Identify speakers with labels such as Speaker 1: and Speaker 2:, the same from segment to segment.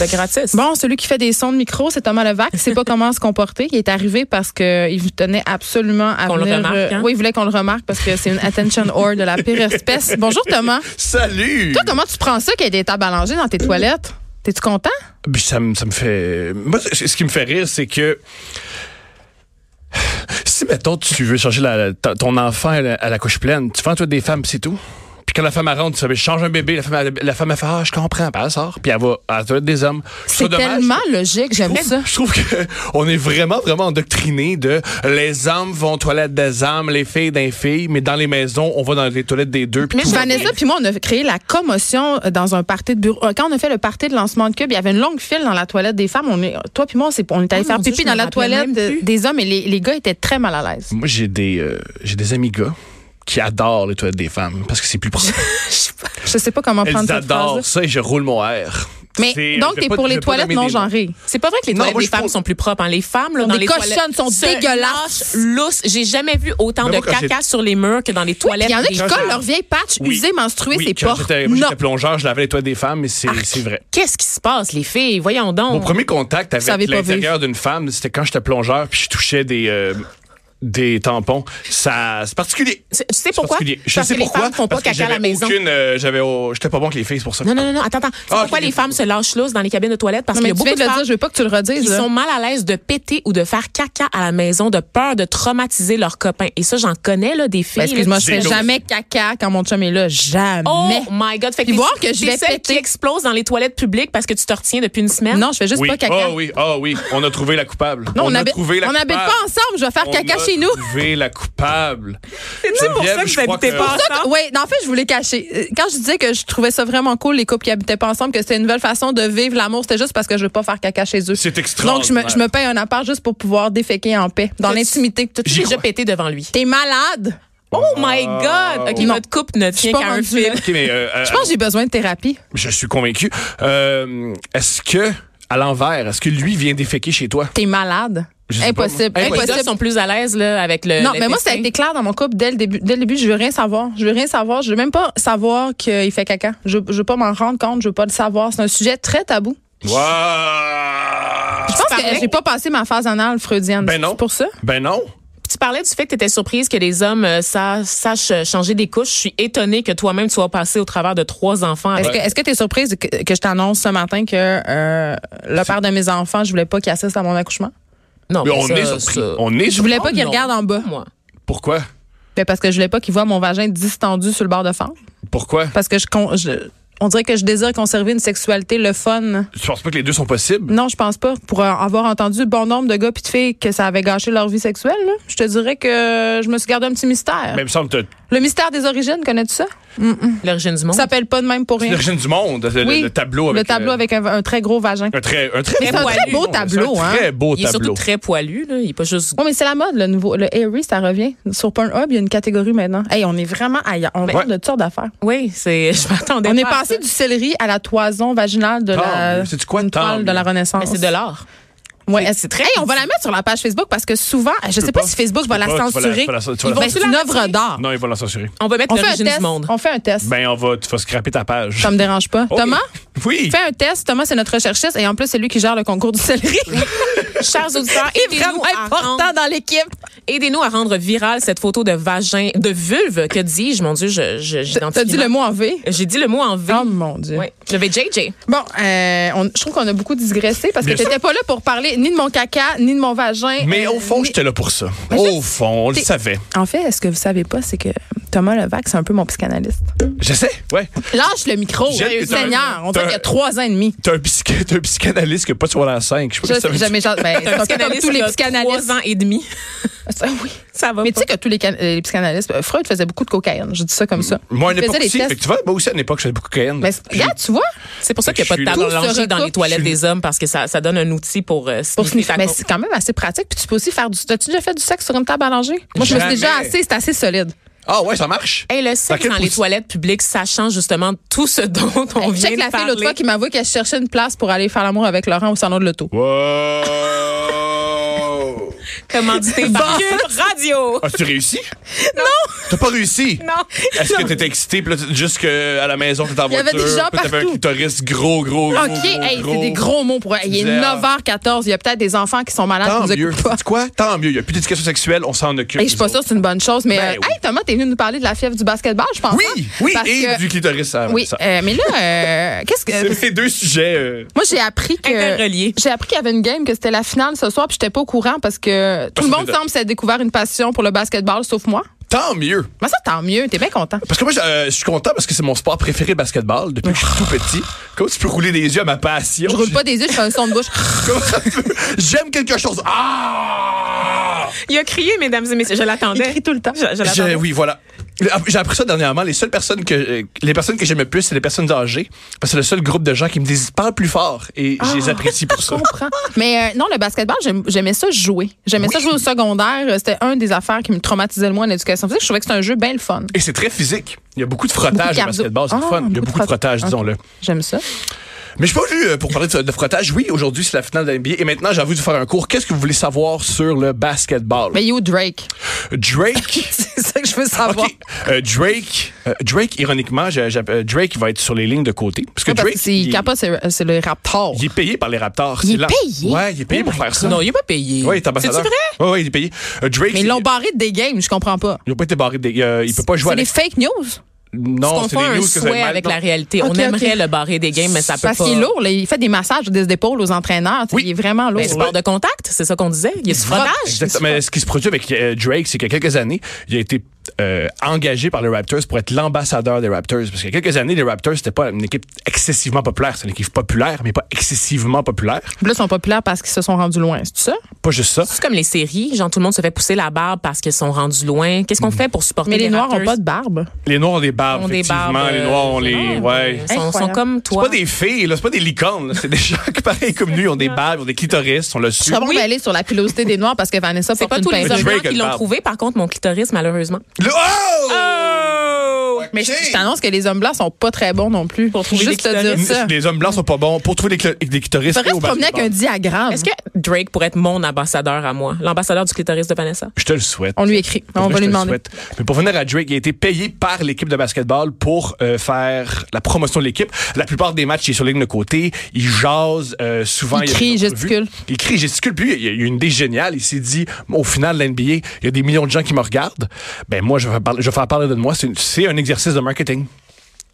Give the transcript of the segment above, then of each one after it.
Speaker 1: de gratis.
Speaker 2: Bon, celui qui fait des sons de micro, c'est Thomas Levac. Il sait pas comment se comporter. Il est arrivé parce que il tenait absolument à
Speaker 1: Qu'on le
Speaker 2: venir,
Speaker 1: remarque,
Speaker 2: euh,
Speaker 1: hein?
Speaker 2: Oui, il voulait qu'on le remarque parce que c'est une attention whore de la pire espèce. Bonjour Thomas.
Speaker 3: Salut!
Speaker 2: Toi, comment tu prends ça qu'il y ait des tables à langer dans tes toilettes? T'es-tu content?
Speaker 3: Ah, Puis ça, me- ça me fait. Moi, c- ce qui me fait rire, c'est que. Si, mettons, tu veux changer la- la- ta- ton enfant à la, à la couche pleine, tu vends, toi, des femmes, c'est tout. Puis quand la femme elle rentre, tu sais, je change un bébé, la femme, elle- la femme, elle fait Ah, je comprends, Puis elle sort. Puis elle va, elle doit être des hommes. Je
Speaker 2: C'est
Speaker 3: trouve ça dommage.
Speaker 2: tellement logique, j'aime ça.
Speaker 3: Je trouve que on est vraiment, vraiment endoctriné de les hommes vont aux toilettes des hommes, les filles d'un filles, mais dans les maisons, on va dans les toilettes des deux. puis
Speaker 2: Mais
Speaker 3: tout va
Speaker 2: Vanessa puis moi, on a créé la commotion euh, dans un party de bureau. Euh, Quand on a fait le party de lancement de cube, il y avait une longue file dans la toilette des femmes. On est, toi puis moi, on, s'est- on est allé
Speaker 1: Oh
Speaker 2: faire
Speaker 1: mon Dieu,
Speaker 2: pipi
Speaker 1: je
Speaker 2: dans
Speaker 1: me
Speaker 2: la
Speaker 1: rappelais
Speaker 2: toilette
Speaker 1: même
Speaker 2: de-
Speaker 1: plus.
Speaker 2: des hommes et les, les gars étaient très mal à l'aise.
Speaker 3: Moi, j'ai des, euh, j'ai des amis gars qui adorent les toilettes des femmes parce que c'est plus propre.
Speaker 2: Je sais pas comment prendre
Speaker 3: Elles
Speaker 2: cette phrase.
Speaker 3: adorent ça et je roule mon R.
Speaker 2: Mais
Speaker 3: C'est- euh,
Speaker 2: donc,
Speaker 3: je vais
Speaker 2: t'es
Speaker 3: pas-
Speaker 2: pour
Speaker 3: je
Speaker 2: les
Speaker 3: vais pas
Speaker 2: toilettes
Speaker 3: nommer des
Speaker 2: non
Speaker 3: noms.
Speaker 2: genrées.
Speaker 1: C'est pas vrai que les
Speaker 3: Non,
Speaker 1: toilettes
Speaker 3: moi,
Speaker 1: des
Speaker 3: je
Speaker 1: femmes
Speaker 3: trouve-
Speaker 1: sont plus propres. hein. Les femmes, là, dans
Speaker 2: des
Speaker 1: les
Speaker 2: cochonnes,
Speaker 1: toilettes,
Speaker 2: sont
Speaker 1: se lâchent,
Speaker 2: dégueulasses.
Speaker 1: lousses. J'ai jamais vu autant
Speaker 3: Mais
Speaker 1: de
Speaker 3: moi, quand
Speaker 1: caca
Speaker 3: j'étais-
Speaker 1: sur les murs que dans les
Speaker 2: Oui, puis
Speaker 1: toilettes.
Speaker 2: il y en a qui
Speaker 1: des
Speaker 2: collent
Speaker 1: femmes.
Speaker 2: leur vieille patch
Speaker 3: Oui.
Speaker 2: usée menstruée,
Speaker 3: Oui,
Speaker 2: c'est
Speaker 3: quand
Speaker 2: pas.
Speaker 3: j'étais- moi, j'étais plongeur, je lavais les toilettes des femmes, mais c'est c'est vrai.
Speaker 1: Qu'est-ce qui se passe, les filles? Voyons
Speaker 3: Mon
Speaker 1: donc.
Speaker 3: premier contact
Speaker 2: savez
Speaker 3: avec
Speaker 2: pas
Speaker 3: l'intérieur d'une femme, c'était quand j'étais plongeur puis je touchais des euh, des tampons. Ça, c'est particulier.
Speaker 1: C'est- Tu sais pourquoi?
Speaker 3: Particulier. Je
Speaker 1: Parce
Speaker 3: sais
Speaker 1: que
Speaker 3: pourquoi.
Speaker 1: les femmes font pas
Speaker 3: parce que
Speaker 1: caca à la
Speaker 3: j'avais
Speaker 1: maison.
Speaker 3: Aucune, euh, j'avais, oh, j'étais pas bon avec les filles c'est pour ça.
Speaker 1: Non, non, non, non. Attends, attends. C'est
Speaker 3: Ah,
Speaker 1: pourquoi
Speaker 3: ok.
Speaker 1: les femmes se lâchent lousses dans les cabines de toilettes? Parce
Speaker 2: Non,
Speaker 1: qu'il y
Speaker 2: mais
Speaker 1: a
Speaker 2: tu
Speaker 1: beaucoup
Speaker 2: viens
Speaker 1: de
Speaker 2: de le dire,
Speaker 1: femmes
Speaker 2: je veux pas que tu le redises.
Speaker 1: qui
Speaker 2: là.
Speaker 1: sont mal à l'aise de péter ou de faire caca à la maison de peur de traumatiser leurs copains. Et ça, j'en connais, là, des filles.
Speaker 2: Ben, Excuse-moi,
Speaker 1: là,
Speaker 2: je
Speaker 3: Des
Speaker 2: fais
Speaker 3: choses.
Speaker 2: jamais caca quand mon chum est là. Jamais.
Speaker 1: Oh my God! Fait
Speaker 2: Puis
Speaker 1: t'es-
Speaker 2: voir que je
Speaker 1: t'es
Speaker 2: vais
Speaker 1: celle
Speaker 2: péter.
Speaker 1: qui explose dans les toilettes publiques parce que tu te retiens depuis une semaine.
Speaker 2: Non, je fais juste
Speaker 3: oui.
Speaker 2: pas caca.
Speaker 3: Ah oui, ah oui, on a trouvé la coupable.
Speaker 2: Non, on
Speaker 3: a
Speaker 2: habite-
Speaker 3: trouvé la
Speaker 2: on habite
Speaker 3: coupable.
Speaker 2: pas ensemble, je vais faire
Speaker 3: On
Speaker 2: caca
Speaker 3: a
Speaker 2: chez nous.
Speaker 3: trouvé la coupable. C'est
Speaker 1: pour ça que vous habitez pas ensemble? Ah.
Speaker 2: Oui, en fait, je voulais cacher. Euh, Quand je disais que je trouvais ça vraiment cool, les couples qui habitaient pas ensemble, que c'était une nouvelle façon de vivre l'amour, c'était juste parce que je veux pas faire caca chez eux.
Speaker 3: C'est
Speaker 2: Donc, je
Speaker 3: extraordinaire.
Speaker 2: me, je me paye un appart juste pour pouvoir déféquer en paix, dans
Speaker 1: T'as-tu-
Speaker 2: l'intimité.
Speaker 1: T'as-tu
Speaker 3: J'y
Speaker 1: déjà
Speaker 3: crois.
Speaker 1: pété devant lui?
Speaker 2: T'es malade?
Speaker 3: Euh,
Speaker 1: Oh my God! OK,
Speaker 2: Non.
Speaker 1: notre couple ne tient
Speaker 2: pas
Speaker 1: qu'à un
Speaker 2: rendue
Speaker 1: fil.
Speaker 2: là.
Speaker 3: Ok, mais, euh, euh,
Speaker 2: Je pense que j'ai besoin de thérapie.
Speaker 3: Je suis convaincu. Euh, est-ce que, à l'envers, est-ce que lui vient déféquer chez toi?
Speaker 2: T'es malade.
Speaker 3: Je sais pas,
Speaker 2: Impossible.
Speaker 3: moi. Hey,
Speaker 1: Les
Speaker 2: impossible.
Speaker 1: gars sont plus à l'aise là, avec le.
Speaker 2: Non,
Speaker 1: le
Speaker 2: mais moi, ça a
Speaker 1: testing.
Speaker 2: été clair dans mon couple dès le début. Dès le début, je veux rien savoir. Je veux rien savoir. Je veux même pas savoir qu'il fait caca. Je, je veux pas m'en rendre compte. Je veux pas le savoir. C'est un sujet très tabou.
Speaker 3: Wow!
Speaker 2: Je pense
Speaker 1: parlais-
Speaker 2: que j'ai pas passé ma phase anale freudienne.
Speaker 3: Ben non.
Speaker 2: C'est pour ça.
Speaker 3: Ben non.
Speaker 1: Tu parlais du fait que tu étais surprise que les hommes euh, sa- sachent euh, changer des couches. Je suis étonnée que toi-même, tu sois passé au travers de trois enfants.
Speaker 2: Est-ce
Speaker 1: avec-
Speaker 2: que, est-ce que t'es surprise que, que je t'annonce ce matin que euh, le père de mes enfants, je voulais pas qu'il assiste à mon accouchement?
Speaker 1: Non,
Speaker 3: Mais
Speaker 1: mais
Speaker 3: on
Speaker 1: ça,
Speaker 3: est surpris.
Speaker 1: ça-
Speaker 3: On est
Speaker 2: Je voulais
Speaker 3: surpris.
Speaker 2: pas
Speaker 1: Oh
Speaker 2: qu'il
Speaker 1: non.
Speaker 2: regarde en bas.
Speaker 1: Moi.
Speaker 3: Pourquoi?
Speaker 2: Ben, parce que je voulais pas qu'il voit mon vagin distendu sur le bord de fente.
Speaker 3: Pourquoi?
Speaker 2: Parce que je, con- je- on dirait que je désire conserver une sexualité le fun.
Speaker 3: Tu penses pas que les deux sont possibles?
Speaker 2: Non, je pense pas. Pour euh, avoir entendu bon nombre de gars puis de filles que ça avait gâché leur vie sexuelle, là, je te dirais que je me suis gardé un petit mystère.
Speaker 3: Même semble que
Speaker 2: Le mystère des origines, connais-tu ça?
Speaker 1: L'origine du monde.
Speaker 2: Ça s'appelle pas de même pour
Speaker 3: c'est
Speaker 2: rien.
Speaker 3: l'origine du monde, le,
Speaker 2: Oui,
Speaker 3: le tableau avec.
Speaker 2: le tableau
Speaker 3: euh,
Speaker 2: avec un, un très gros vagin.
Speaker 3: Un très, un très,
Speaker 2: Mais c'est
Speaker 3: beau
Speaker 2: un très beau
Speaker 3: tableau. Non, c'est un
Speaker 2: tableau, hein.
Speaker 3: Très beau
Speaker 1: il est surtout
Speaker 3: tableau.
Speaker 1: très poilu. Là. Il est pas juste.
Speaker 2: Oui, mais c'est la mode, le nouveau. Le Airy, ça revient. Sur Pornhub, il y a une catégorie maintenant. Hey, on est vraiment ailleurs. On parle de toutes sortes d'affaires.
Speaker 1: Oui, c'est. Je m'attendais.
Speaker 2: On est
Speaker 1: pas à
Speaker 2: passé
Speaker 1: ça.
Speaker 2: du céleri à la toison vaginale de
Speaker 3: Tant
Speaker 2: la.
Speaker 3: mieux. C'est-tu quoi,
Speaker 2: une
Speaker 3: tant
Speaker 2: toile de
Speaker 3: mieux?
Speaker 2: la Renaissance.
Speaker 1: Mais c'est de l'art.
Speaker 2: Ouais,
Speaker 1: C'est-
Speaker 2: est-ce-
Speaker 1: c'est très
Speaker 2: Hey, on va la mettre sur la page Facebook parce que souvent, je sais pas,
Speaker 3: pas.
Speaker 2: si Facebook
Speaker 3: Tu
Speaker 2: va
Speaker 3: peux
Speaker 2: la
Speaker 3: pas, tu vas la-
Speaker 2: censurer.
Speaker 3: tu vas la- tu vas
Speaker 2: Ils
Speaker 3: la-
Speaker 2: vont-
Speaker 3: Mais
Speaker 2: C'est
Speaker 1: Ben,
Speaker 2: une œuvre d'art.
Speaker 3: Non, ils vont la censurer.
Speaker 1: On va mettre
Speaker 2: On fait un
Speaker 1: l'origine
Speaker 2: test.
Speaker 1: du monde.
Speaker 2: On fait un test.
Speaker 3: Ben, on va, tu vas scraper ta page.
Speaker 2: Ça me dérange pas.
Speaker 3: Ok.
Speaker 2: Thomas,
Speaker 3: Oh Oui.
Speaker 2: fais un test. Thomas, c'est notre recherchiste et en plus, c'est lui qui gère le concours du céleri.
Speaker 1: Chers auditeurs, aidez-nous
Speaker 2: Vraiment
Speaker 1: à
Speaker 2: important
Speaker 1: rendre-
Speaker 2: dans l'équipe.
Speaker 1: aidez-nous à rendre virale cette photo de vagin, de vulve. Que dis-je? Mon Dieu, je, je,
Speaker 2: T'as dit le mot en V?
Speaker 1: J'ai dit le mot en V.
Speaker 2: Oh mon Dieu.
Speaker 1: Ouais. Le VJJ.
Speaker 2: Bon, euh, on- je trouve qu'on a beaucoup digressé parce que
Speaker 3: Bien sûr.
Speaker 2: t'étais pas là pour parler ni de mon caca, ni de mon vagin.
Speaker 3: Mais Ben,
Speaker 2: euh,
Speaker 3: au fond,
Speaker 2: ni-
Speaker 3: j'étais là pour ça.
Speaker 2: Mais
Speaker 3: Au
Speaker 2: je-
Speaker 3: fond, on le
Speaker 2: t'es-
Speaker 3: savait.
Speaker 2: En fait, ce que vous savez pas, c'est que Thomas Levac, c'est un peu mon psychanalyste.
Speaker 3: Je sais, ouais.
Speaker 2: Lâche le micro,
Speaker 3: J'ai-
Speaker 2: Seigneur. On dirait qu'il y a trois ans et demi.
Speaker 3: T'es un, psych- t'es un psychanalyste qui n'a pas de 65. Je sais pas
Speaker 2: Je
Speaker 3: si ça
Speaker 2: sais
Speaker 3: veut dire.
Speaker 2: jamais. genre, ben, c'est un peu comme tous les
Speaker 1: qui a
Speaker 2: psychanalystes.
Speaker 1: trois ans et demi.
Speaker 2: Ça, oui.
Speaker 1: Ah, Ça va
Speaker 2: Mais tu
Speaker 1: pas.
Speaker 2: sais que tous les, can- euh, les psychanalystes, euh, Freud faisait beaucoup de cocaïne. Je dis ça comme ça.
Speaker 3: Moi, à une
Speaker 2: Il faisait
Speaker 3: époque
Speaker 2: des
Speaker 3: aussi.
Speaker 2: tests.
Speaker 3: Fait que tu vois, moi aussi, à une époque, je faisais beaucoup de cocaïne.
Speaker 2: Mais c'est-
Speaker 3: Puis
Speaker 2: regarde, tu vois,
Speaker 1: C'est pour ça qu'il n'y a pas de
Speaker 3: Je suis-
Speaker 1: table
Speaker 2: Tout se
Speaker 1: rangée dans les
Speaker 2: recoupe.
Speaker 1: toilettes
Speaker 3: Je suis-
Speaker 1: des hommes parce que ça, ça donne un outil pour euh,
Speaker 2: pour
Speaker 1: sniffer
Speaker 2: sniffer,
Speaker 1: ta
Speaker 2: mais
Speaker 1: coke.
Speaker 2: c'est quand même assez pratique. Puis tu peux aussi faire du. T'as-tu déjà fait du sexe sur une table à langer? Moi, je me suis
Speaker 3: Jamais.
Speaker 2: déjà assez, c'est assez solide.
Speaker 3: Ah ouais, ça marche.
Speaker 1: Hey, le
Speaker 3: Par
Speaker 1: sexe
Speaker 3: quelle
Speaker 1: dans les
Speaker 3: position-
Speaker 1: toilettes publiques, sachant justement tout ce dont on
Speaker 2: Check
Speaker 1: vient de
Speaker 2: la fille l'autre
Speaker 1: parler.
Speaker 2: fois qui m'avoue qu'elle cherchait une place pour aller faire l'amour avec Laurent au salon de l'auto.
Speaker 3: Wow!
Speaker 1: Comment dit par Cube Radio?
Speaker 3: As-tu réussi? Non! T'as pas réussi?
Speaker 1: Non.
Speaker 3: Est-ce que t'étais excité, puis là, t- jusque à la maison, t'étais en
Speaker 2: Il y
Speaker 3: voiture,
Speaker 2: avait des gens
Speaker 3: puis t'avais un
Speaker 2: partout.
Speaker 3: clitoris gros, gros, gros,
Speaker 2: OK, hey, c'est des gros hein, mots pour. Il est
Speaker 3: disais, ah.
Speaker 2: 9h14. Il y a peut-être des enfants qui sont malades
Speaker 3: Tant
Speaker 2: qui nous
Speaker 3: mieux.
Speaker 2: écoutent pas.
Speaker 3: Sais-tu quoi? Tant mieux. Il n'y a plus d'éducation sexuelle, on s'en occupe.
Speaker 2: Hey, je suis
Speaker 3: nous
Speaker 2: pas sûre
Speaker 3: autres.
Speaker 2: que c'est une bonne chose, mais
Speaker 3: Ben
Speaker 2: euh,
Speaker 3: oui.
Speaker 2: hey, Thomas, t'es venu nous parler de la fièvre du basketball, je pense. hein?
Speaker 3: Oui, oui,
Speaker 2: Parce
Speaker 3: et
Speaker 2: que-
Speaker 3: du clitoris. ça,
Speaker 2: Oui,
Speaker 3: ça.
Speaker 2: euh, mais là, euh, qu'est-ce que.
Speaker 3: C'est mes deux sujets. euh,
Speaker 2: Moi, j'ai appris
Speaker 1: Interreliés.
Speaker 2: que j'ai appris qu'il y avait une game, que c'était la finale ce soir, puis j'étais pas au courant parce que tout
Speaker 3: Parce
Speaker 2: le
Speaker 3: que
Speaker 2: monde
Speaker 3: t'es-
Speaker 2: semble s'être découvert une passion pour le basketball, sauf moi.
Speaker 3: Tant mieux.
Speaker 2: Mais ça, tant mieux, t'es bien content.
Speaker 3: Parce que moi, je, euh, je suis content parce que c'est mon sport préféré, le basketball, depuis que je suis tout petit. Comment tu peux rouler des yeux à ma passion?
Speaker 2: Je roule pas des yeux, je fais un son de bouche.
Speaker 3: Comment ça peut- J'aime quelque chose. Ah!
Speaker 1: Il a crié, mesdames et messieurs. Je l'attendais.
Speaker 2: Il crie tout le temps.
Speaker 1: Je, je
Speaker 3: Je-
Speaker 1: l'attendais.
Speaker 3: oui, voilà. J'ai appris ça dernièrement. Les seules personnes que euh, les personnes que j'aime le plus, c'est les personnes âgées, parce que c'est le seul groupe de gens qui me disent parle plus fort et je les apprécie pour ça.
Speaker 2: Ah! Je comprends. Mais euh, non, le basketball, j'aime- j'aimais ça jouer. J'aimais ça jouer au secondaire. Euh, C'était un des affaires qui me traumatisait le moins en éducation physique. Je trouvais que c'était un jeu bien le fun.
Speaker 3: Et c'est très physique. Il y a beaucoup de
Speaker 2: Beaucoup de
Speaker 3: frottage au
Speaker 2: cardio.
Speaker 3: basketball, c'est le
Speaker 2: Ah,
Speaker 3: fun. Il y a beaucoup de
Speaker 2: frot-
Speaker 3: frottage,
Speaker 2: Ok.
Speaker 3: disons-le.
Speaker 2: J'aime ça.
Speaker 3: Mais je suis pas venu euh, pour parler de, de frottage. Oui, aujourd'hui, c'est la finale de la NBA. Et maintenant, j'ai envie de vous faire un cours. Qu'est-ce que vous voulez savoir sur le basketball?
Speaker 2: Mais you Drake.
Speaker 3: Drake.
Speaker 2: C'est ça que je veux savoir.
Speaker 3: OK. Euh, Drake, euh, Drake, ironiquement, j'ai- j'ai- euh, Drake il va être sur les lignes de côté. Parce que
Speaker 2: Ouais, parce
Speaker 3: Drake,
Speaker 2: que c'est
Speaker 3: il,
Speaker 2: capable, c'est c'est le Raptor.
Speaker 3: il est payé par les Raptors.
Speaker 2: Il
Speaker 3: C'est
Speaker 2: est
Speaker 3: lent.
Speaker 2: payé? Oh
Speaker 3: Ouais, il est payé pour faire ça.
Speaker 1: Oh Non, il n'est pas payé.
Speaker 3: Oui, il est ambassadeur.
Speaker 1: C'est-tu vrai?
Speaker 3: Oui, ouais, il est payé. Euh, Drake,
Speaker 2: Mais ils
Speaker 3: il-
Speaker 2: l'ont barré de des games, je comprends pas.
Speaker 3: ils ont pas été barrés. Des, euh, il peut pas jouer
Speaker 2: C'est des
Speaker 3: avec.
Speaker 2: fake news.
Speaker 3: Non,
Speaker 1: On
Speaker 3: Oh, c'est
Speaker 1: fait
Speaker 3: des news
Speaker 1: un
Speaker 3: que ça va être
Speaker 1: souhait
Speaker 3: mal.
Speaker 1: avec
Speaker 3: Non.
Speaker 1: la réalité.
Speaker 2: Ok,
Speaker 1: On
Speaker 2: ok.
Speaker 1: aimerait le barrer des games, Eh, mais ça peut
Speaker 2: Parce
Speaker 1: pas.
Speaker 2: qu'il est lourd, là. il fait des massages des épaules aux entraîneurs. tu sais,
Speaker 3: Oui.
Speaker 2: Il est vraiment lourd.
Speaker 1: Ben, sport de contact, c'est ça qu'on disait. Il y a du frottage.
Speaker 3: Exactement. Mais ce qui se produit avec euh, Drake, c'est qu'il y a quelques années, il a été euh, engagé par les Raptors pour être l'ambassadeur des Raptors. Parce qu'il y a quelques années, les Raptors, c'était pas une équipe excessivement populaire. C'est une équipe populaire, mais pas excessivement populaire.
Speaker 2: Puis là, ils sont populaires parce qu'ils se sont rendus loin, c'est ça?
Speaker 3: Pas juste ça.
Speaker 1: C'est comme les séries, genre tout le monde se fait pousser la barbe parce qu'ils sont rendus loin. Qu'est-ce
Speaker 3: Hmm.
Speaker 1: qu'on fait pour supporter
Speaker 2: Mais les, Noirs
Speaker 1: Raptors?
Speaker 2: ont pas de barbe.
Speaker 3: Les Noirs ont des barbes,
Speaker 1: Ils ont des
Speaker 3: Ah, effectivement.
Speaker 1: barbes,
Speaker 3: les Noirs ont
Speaker 1: euh,
Speaker 3: les... Ouais.
Speaker 1: Ils sont, sont
Speaker 2: Incroyable.
Speaker 1: comme
Speaker 3: C'est
Speaker 1: toi.
Speaker 3: pas des filles, là. C'est pas des licornes, là. C'est des gens qui, pareil comme nous, ont des barbes, ont des clitoris, on le su.
Speaker 2: Je serais bon d'aller sur la pilosité des Noirs parce que Vanessa
Speaker 1: C'est
Speaker 2: porte
Speaker 1: pas
Speaker 2: une
Speaker 1: tous les
Speaker 2: perruque.
Speaker 1: hommes
Speaker 3: Drake
Speaker 1: blancs
Speaker 3: a
Speaker 1: qui
Speaker 3: une
Speaker 1: l'ont
Speaker 3: barbe.
Speaker 1: trouvé. Par contre, mon clitoris, malheureusement.
Speaker 3: Le- Oh!
Speaker 1: Oh!
Speaker 2: Mais je, je t'annonce que les hommes blancs sont pas très bons non plus.
Speaker 1: Pour trouver
Speaker 2: Juste
Speaker 1: des
Speaker 2: te dire
Speaker 1: clitoris.
Speaker 2: ça.
Speaker 3: Les hommes blancs sont pas bons pour trouver des, cl- des clitoris.
Speaker 2: Faudrait
Speaker 3: et au
Speaker 2: se promener avec
Speaker 3: basketball.
Speaker 2: un diagramme.
Speaker 1: Est-ce que Drake pourrait être mon ambassadeur à moi? L'ambassadeur du clitoris de Vanessa?
Speaker 3: Je te le souhaite.
Speaker 2: On lui écrit.
Speaker 3: Pour
Speaker 2: On
Speaker 3: vrai,
Speaker 2: va
Speaker 3: je
Speaker 2: lui
Speaker 3: te le
Speaker 2: demander.
Speaker 3: souhaite. Mais pour venir à Drake, il a été payé par l'équipe de basketball pour euh, faire la promotion de l'équipe. La plupart des matchs, il est sur la ligne de côté, il jase euh, souvent.
Speaker 2: Il
Speaker 3: y a
Speaker 2: crie,
Speaker 3: des entrevues.
Speaker 2: gesticule.
Speaker 3: Il crie, gesticule. Puis il y a il y a une idée géniale. Il s'est dit, au final de l'NBA, il y a des millions de gens qui me regardent. Ben moi, je vais faire parler, je vais faire parler de moi. C'est une- C'est un exercice de marketing.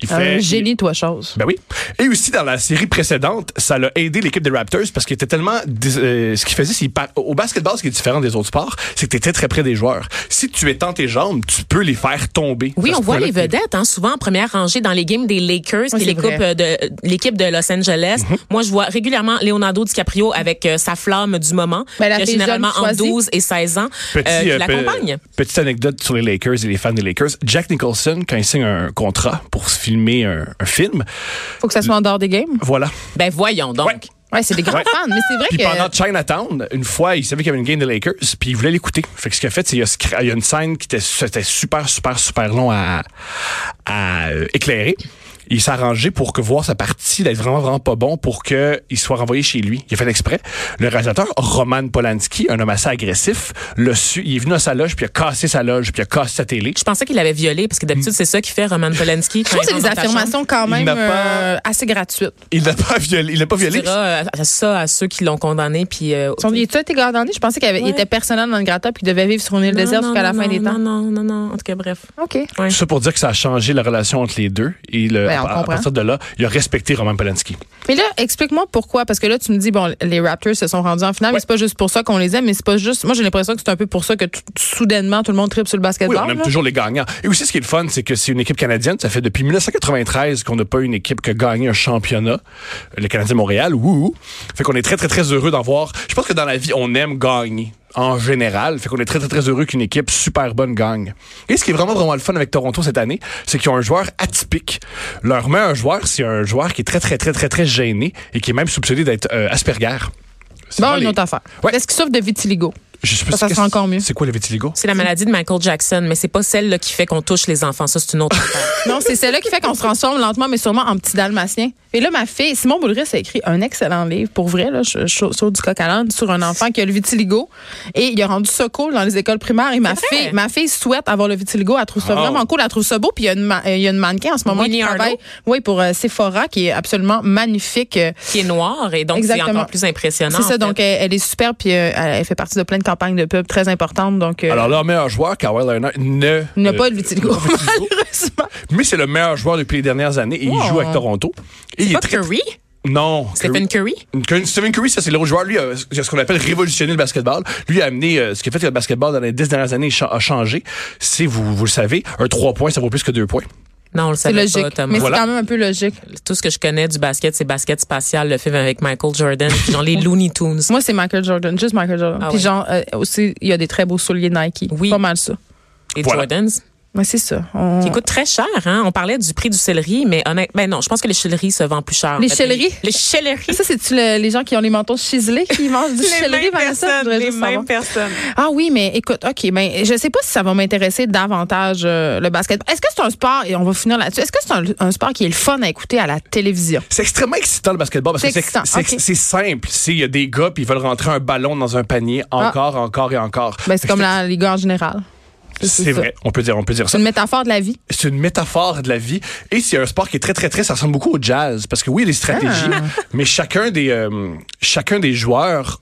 Speaker 3: Il
Speaker 2: Un
Speaker 3: il-
Speaker 2: génie, toi, chose.
Speaker 3: ben oui. Et aussi, dans la série précédente, ça l'a aidé l'équipe des Raptors parce qu'il était tellement. dés- euh, ce qu'il faisait, c'est qu'il par- Au basketball, ce qui est différent des autres sports, c'est que tu étais très près des joueurs. Si tu étends tes jambes, tu peux les faire tomber.
Speaker 1: Oui,
Speaker 3: Ça,
Speaker 1: on
Speaker 3: ce
Speaker 1: voit
Speaker 3: point-là,
Speaker 1: les
Speaker 3: t'es-
Speaker 1: vedettes, hein, souvent en première rangée dans les games des Lakers, puis
Speaker 2: c'est
Speaker 1: les
Speaker 2: vrai.
Speaker 1: coupes, euh, de l'équipe de Los Angeles.
Speaker 3: Mm-hmm.
Speaker 1: Moi, je vois régulièrement Leonardo DiCaprio avec euh, sa flamme du moment,
Speaker 2: Ben, la
Speaker 1: qui a
Speaker 2: fille
Speaker 1: généralement
Speaker 2: jeune
Speaker 1: entre
Speaker 2: choisie.
Speaker 1: 12 et 16 ans, euh,
Speaker 3: Petit,
Speaker 1: qui
Speaker 3: euh, pe-
Speaker 1: l'accompagne.
Speaker 3: petite anecdote sur les Lakers et les fans des Lakers. Jack Nicholson, quand il signe un contrat pour se filmer un, un film,
Speaker 2: Faut que ça soit en dehors des games.
Speaker 3: voilà.
Speaker 1: Ben voyons donc.
Speaker 3: Ouais.
Speaker 2: Ouais, c'est des grands
Speaker 3: Ouais.
Speaker 2: fans. Mais c'est vrai
Speaker 3: Puis
Speaker 2: que.
Speaker 3: pendant Chinatown, une fois, il savait qu'il y avait une game des Lakers, puis il voulait l'écouter. Fait que ce qu'il a fait, c'est qu'il a, scra- il y a une scène qui était, c'était super, super, super long à, à euh, éclairer. Il s'est arrangé pour que voir sa partie d'être vraiment, vraiment pas bon pour qu'il soit renvoyé chez lui. Il a fait exprès. Le réalisateur, Roman Polanski, un homme assez agressif, l'a su, il est venu à sa loge, puis il a cassé sa loge, puis il a cassé sa télé.
Speaker 1: Je pensais qu'il l'avait violé, parce que d'habitude, c'est ça qui fait Roman Polanski.
Speaker 2: Je trouve que c'est des affirmations quand
Speaker 3: Il
Speaker 2: même
Speaker 3: n'a pas-
Speaker 2: euh, assez gratuites.
Speaker 3: Il n'a pas violé. Il n'a pas
Speaker 1: Je
Speaker 3: violé.
Speaker 1: ça euh, à ceux qui l'ont condamné, puis... euh,
Speaker 2: Son, il a été gardé. Je pensais qu'il avait- il
Speaker 1: Ouais.
Speaker 2: était personnel dans le gratta puis qu'il devait vivre sur une île
Speaker 1: Non,
Speaker 2: déserte
Speaker 1: non,
Speaker 2: jusqu'à la
Speaker 1: non,
Speaker 2: fin des
Speaker 1: non,
Speaker 2: temps.
Speaker 1: Non, non, non, non. En tout cas, bref.
Speaker 2: OK.
Speaker 3: Tout ça pour dire que ça a changé la relation entre les deux. Et le,
Speaker 2: ben, on
Speaker 3: à, à
Speaker 2: comprend.
Speaker 3: partir de là, il a respecté Roman Polanski.
Speaker 2: Mais là, explique-moi pourquoi. Parce que là, tu me dis, bon, les Raptors se sont rendus en finale, mais c'est pas juste pour ça qu'on les aime, mais c'est pas juste. Moi, j'ai l'impression que c'est un peu pour ça que tout- soudainement, tout le monde tripe sur le
Speaker 3: Oui,
Speaker 2: basketball.
Speaker 3: on aime
Speaker 2: là.
Speaker 3: toujours les gagnants. Et aussi, ce qui est le fun, c'est que c'est une équipe canadienne. Ça fait depuis 1993 qu'on n'a pas une équipe qui a gagné un championnat. Le Canadien de Montréal, wouhou. Fait qu'on est très, très, très heureux d'en voir. Je pense que dans la vie, on aime gagner. En général, fait qu'on est très, très, très heureux qu'une équipe super bonne gagne. Et ce qui est vraiment, vraiment le fun avec Toronto cette année, c'est qu'ils ont un joueur atypique. Leur meilleur joueur, c'est un joueur qui est très, très, très, très, très gêné et qui est même soupçonné d'être euh, Asperger. C'est
Speaker 2: Bon,
Speaker 3: vraiment
Speaker 2: une
Speaker 3: les-
Speaker 2: autre affaire.
Speaker 3: Ouais.
Speaker 2: Est-ce qu'ils souffrent de vitiligo?
Speaker 3: Je sais pas
Speaker 2: Ça, ça
Speaker 3: si-
Speaker 2: sera encore mieux.
Speaker 3: C'est quoi le vitiligo?
Speaker 1: C'est la maladie de Michael Jackson, mais c'est pas celle là qui fait qu'on touche les enfants. Ça, c'est une autre affaire.
Speaker 2: Non, c'est celle-là qui fait qu'on se transforme lentement, mais sûrement en petit dalmatien. Et là, ma fille, Simon Boulris a écrit un excellent livre, pour vrai, là, je, je saute du coq à l'âne, sur un enfant qui a le vitiligo. Et il a rendu ça cool dans les écoles primaires. Et ma
Speaker 1: C'est vrai?
Speaker 2: fille, ma fille souhaite avoir le vitiligo. Elle trouve ça
Speaker 3: Oh.
Speaker 2: vraiment cool. Elle trouve ça beau. Puis il y a une, ma- euh, il y a une mannequin en ce moment
Speaker 1: Winnie
Speaker 2: qui
Speaker 1: Arlo.
Speaker 2: travaille oui, pour euh, Sephora, qui est absolument magnifique. Euh,
Speaker 1: qui est noire et donc c'est
Speaker 2: Exactement.
Speaker 1: encore plus impressionnant.
Speaker 2: C'est ça,
Speaker 1: en fait.
Speaker 2: donc elle, elle est super, puis euh, elle elle fait partie de plein de campagnes de pub très importantes. Donc, euh,
Speaker 3: Alors, leur meilleur joueur, Kawhi Leonard, ne.
Speaker 2: n'a
Speaker 3: euh,
Speaker 2: pas le vitiligo,
Speaker 3: n'a pas le vitiligo.
Speaker 2: malheureusement.
Speaker 3: Mais c'est le meilleur joueur depuis les dernières années et
Speaker 2: Oh.
Speaker 3: il joue avec Toronto. Et il est
Speaker 1: Pas
Speaker 3: très-
Speaker 1: Curry,
Speaker 3: Non.
Speaker 1: Stephen Curry.
Speaker 3: Curry- Stephen Curry, ça c'est l'autre joueur. Lui, a ce qu'on appelle révolutionner le basketball. Lui a amené euh, ce qui a fait que le basketball dans les dix dernières années cha- a changé. Si vous, vous le savez, un trois points, ça vaut plus que deux points.
Speaker 1: Non, on le
Speaker 2: C'est
Speaker 1: savait
Speaker 2: logique.
Speaker 1: pas, Thomas.
Speaker 2: mais
Speaker 3: Voilà.
Speaker 2: c'est quand même un peu logique.
Speaker 1: Tout ce que je connais du basket, c'est basket spatial, le film avec Michael Jordan, puis genre les Looney Tunes.
Speaker 2: Moi, c'est Michael Jordan, juste Michael Jordan.
Speaker 1: Ah
Speaker 2: Puis
Speaker 1: ouais.
Speaker 2: genre, euh, aussi, il y a des très beaux souliers Nike.
Speaker 1: Oui.
Speaker 2: Pas mal ça.
Speaker 1: Les
Speaker 3: Voilà.
Speaker 1: Jordans.
Speaker 2: Mais c'est ça. On-
Speaker 1: Qui coûtent très cher, hein? On parlait du prix du céleri, mais honnêtement, ben non, je pense que les céleris se vendent plus cher. en
Speaker 2: Les
Speaker 1: fait.
Speaker 2: céleris?
Speaker 1: Les céleris.
Speaker 2: Ça, c'est-tu le- les gens qui ont les mentons chiselés qui mangent du chéleri, Vanessa? Je voudrais juste savoir.
Speaker 1: personnes.
Speaker 2: Ah oui, mais écoute, OK, ben, je sais pas si ça va m'intéresser davantage euh, le basket. Est-ce que c'est un sport, et on va finir là-dessus, est-ce que c'est un, un sport qui est le fun à écouter à la télévision?
Speaker 3: C'est extrêmement excitant le basketball parce
Speaker 2: C'est
Speaker 3: que c'est
Speaker 2: excitant,
Speaker 3: c'est-
Speaker 2: ok.
Speaker 3: c'est simple. C'est- Il y a des gars puis ils veulent rentrer un ballon dans un panier encore, encore et encore.
Speaker 2: Ah. Ben, c'est comme la, les gars en général.
Speaker 3: C'est
Speaker 2: ça.
Speaker 3: vrai. On peut dire, on peut dire ça.
Speaker 2: C'est une métaphore de la vie.
Speaker 3: c'est une métaphore de la vie et c'est un sport qui est très très très ça ressemble beaucoup au jazz parce que oui il y a des stratégies
Speaker 2: Ah.
Speaker 3: mais chacun des euh, chacun des joueurs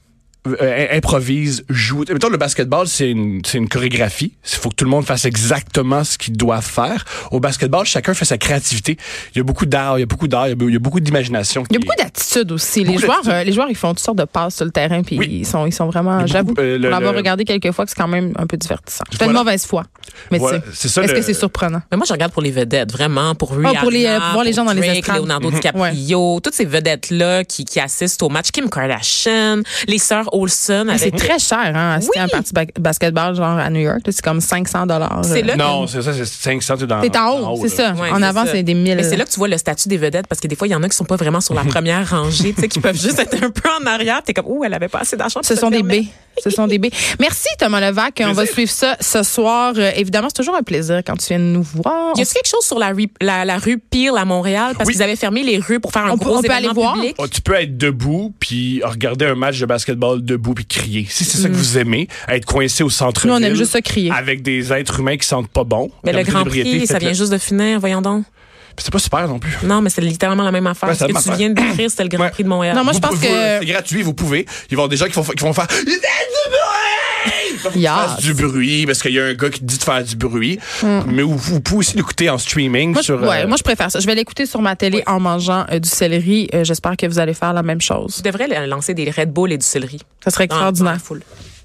Speaker 3: euh, improvise, joue. Mettons, le basketball, c'est une, c'est une chorégraphie. Il faut que tout le monde fasse exactement ce qu'il doit faire. Au basketball, chacun fait sa créativité. Il y a beaucoup d'art, il y a beaucoup d'art, il y a be- il y a beaucoup d'imagination.
Speaker 2: Il y a
Speaker 3: qui-
Speaker 2: beaucoup d'attitudes aussi. Les
Speaker 3: Beaucoup
Speaker 2: joueurs,
Speaker 3: d'attitudes.
Speaker 2: euh, les joueurs, ils font toutes sortes de passes sur le terrain, puis
Speaker 3: Oui.
Speaker 2: ils sont, ils sont vraiment.
Speaker 3: Il y a
Speaker 2: J'avoue,
Speaker 3: beaucoup, euh, le-
Speaker 2: pour l'avoir
Speaker 3: le-
Speaker 2: regardé quelques fois, que c'est quand même un peu divertissant. J'ai une
Speaker 3: Voilà.
Speaker 2: mauvaise foi, mais
Speaker 3: Voilà,
Speaker 2: tu sais,
Speaker 3: c'est ça,
Speaker 2: Est-ce
Speaker 3: le-
Speaker 2: que c'est surprenant
Speaker 1: Mais moi, je regarde pour les vedettes, vraiment, pour Rihanna,
Speaker 2: pour les, euh, pour voir les gens dans les
Speaker 1: Drake,
Speaker 2: estrades.
Speaker 1: Leonardo
Speaker 3: Mhm.
Speaker 1: DiCaprio, toutes ces vedettes-là qui, qui assistent au match. Kim Kardashian, les sœurs Olsen.
Speaker 2: Mais Ah, C'est
Speaker 1: Avec...
Speaker 2: très cher, hein,
Speaker 1: Ben,
Speaker 2: assister
Speaker 1: Oui.
Speaker 2: à un parti ba- basketball genre à New York, là, c'est comme 500 dollars.
Speaker 1: C'est là
Speaker 3: Non, c'est ça, c'est 500. T'es dans-
Speaker 2: hein. T'es en haut, c'est
Speaker 3: là.
Speaker 2: ça.
Speaker 1: Ouais,
Speaker 2: en
Speaker 1: c'est
Speaker 2: avant,
Speaker 1: ça.
Speaker 2: c'est des euh, 1000.
Speaker 1: Mais c'est là que tu vois le statut des vedettes parce que des fois, il y en a qui sont pas vraiment sur la première rangée, tu sais, qui peuvent juste être un peu en arrière. T'es comme, ouh, elle avait pas assez d'argent. pour
Speaker 2: Ce
Speaker 1: se
Speaker 2: sont des
Speaker 1: permettre.
Speaker 2: B. Ce sont des B. Merci Thomas Levac. On va
Speaker 3: Plaisir.
Speaker 2: suivre ça ce soir. Euh, évidemment, c'est toujours un plaisir quand tu viens nous voir.
Speaker 1: Y a quelque chose sur la, ri- la, la rue Peel à Montréal parce
Speaker 3: Oui.
Speaker 1: qu'ils avaient fermé les rues pour faire un
Speaker 2: On peut-
Speaker 1: gros
Speaker 2: on peut
Speaker 1: événement
Speaker 2: aller voir?
Speaker 1: public?
Speaker 3: Oh, tu peux être debout puis regarder un match de basketball debout puis crier. Si c'est ça que vous aimez, être coincé au centre
Speaker 2: Mm. Nous, on aime juste ça crier.
Speaker 3: Avec des êtres humains qui sentent pas bon.
Speaker 1: Mais le
Speaker 3: Comme
Speaker 1: Grand
Speaker 3: célébrité,
Speaker 1: Prix, ça
Speaker 3: faites-le.
Speaker 1: vient juste de finir, voyons donc.
Speaker 3: C'est pas super non plus.
Speaker 1: Non, mais c'est littéralement la même affaire.
Speaker 3: Ouais,
Speaker 1: Ce
Speaker 3: c'est la
Speaker 1: que
Speaker 3: même
Speaker 1: tu
Speaker 3: affaire.
Speaker 1: viens de décrire, c'était le Grand
Speaker 3: Ouais.
Speaker 1: Prix de Montréal.
Speaker 2: Non, moi,
Speaker 3: Vous
Speaker 2: je pense
Speaker 3: pouvez-
Speaker 2: que-
Speaker 3: c'est gratuit, vous pouvez. Ils vont des gens qui vont, fa- qui vont faire Faites du bruit! Faut que tu
Speaker 2: Yes. Mm.
Speaker 3: fasses du bruit parce qu'il y a un gars qui te dit de faire du bruit. Mais vous, vous pouvez aussi l'écouter en streaming
Speaker 2: Moi, je-
Speaker 3: sur. euh,
Speaker 2: ouais, moi, je préfère ça. Je vais l'écouter sur ma télé en mangeant euh, du céleri. Euh, J'espère que vous allez faire la même chose.
Speaker 1: Tu devrais lancer des Red Bull et du céleri. Ah,
Speaker 2: Ça serait
Speaker 1: Dans- dans la
Speaker 2: extraordinaire.
Speaker 1: foule.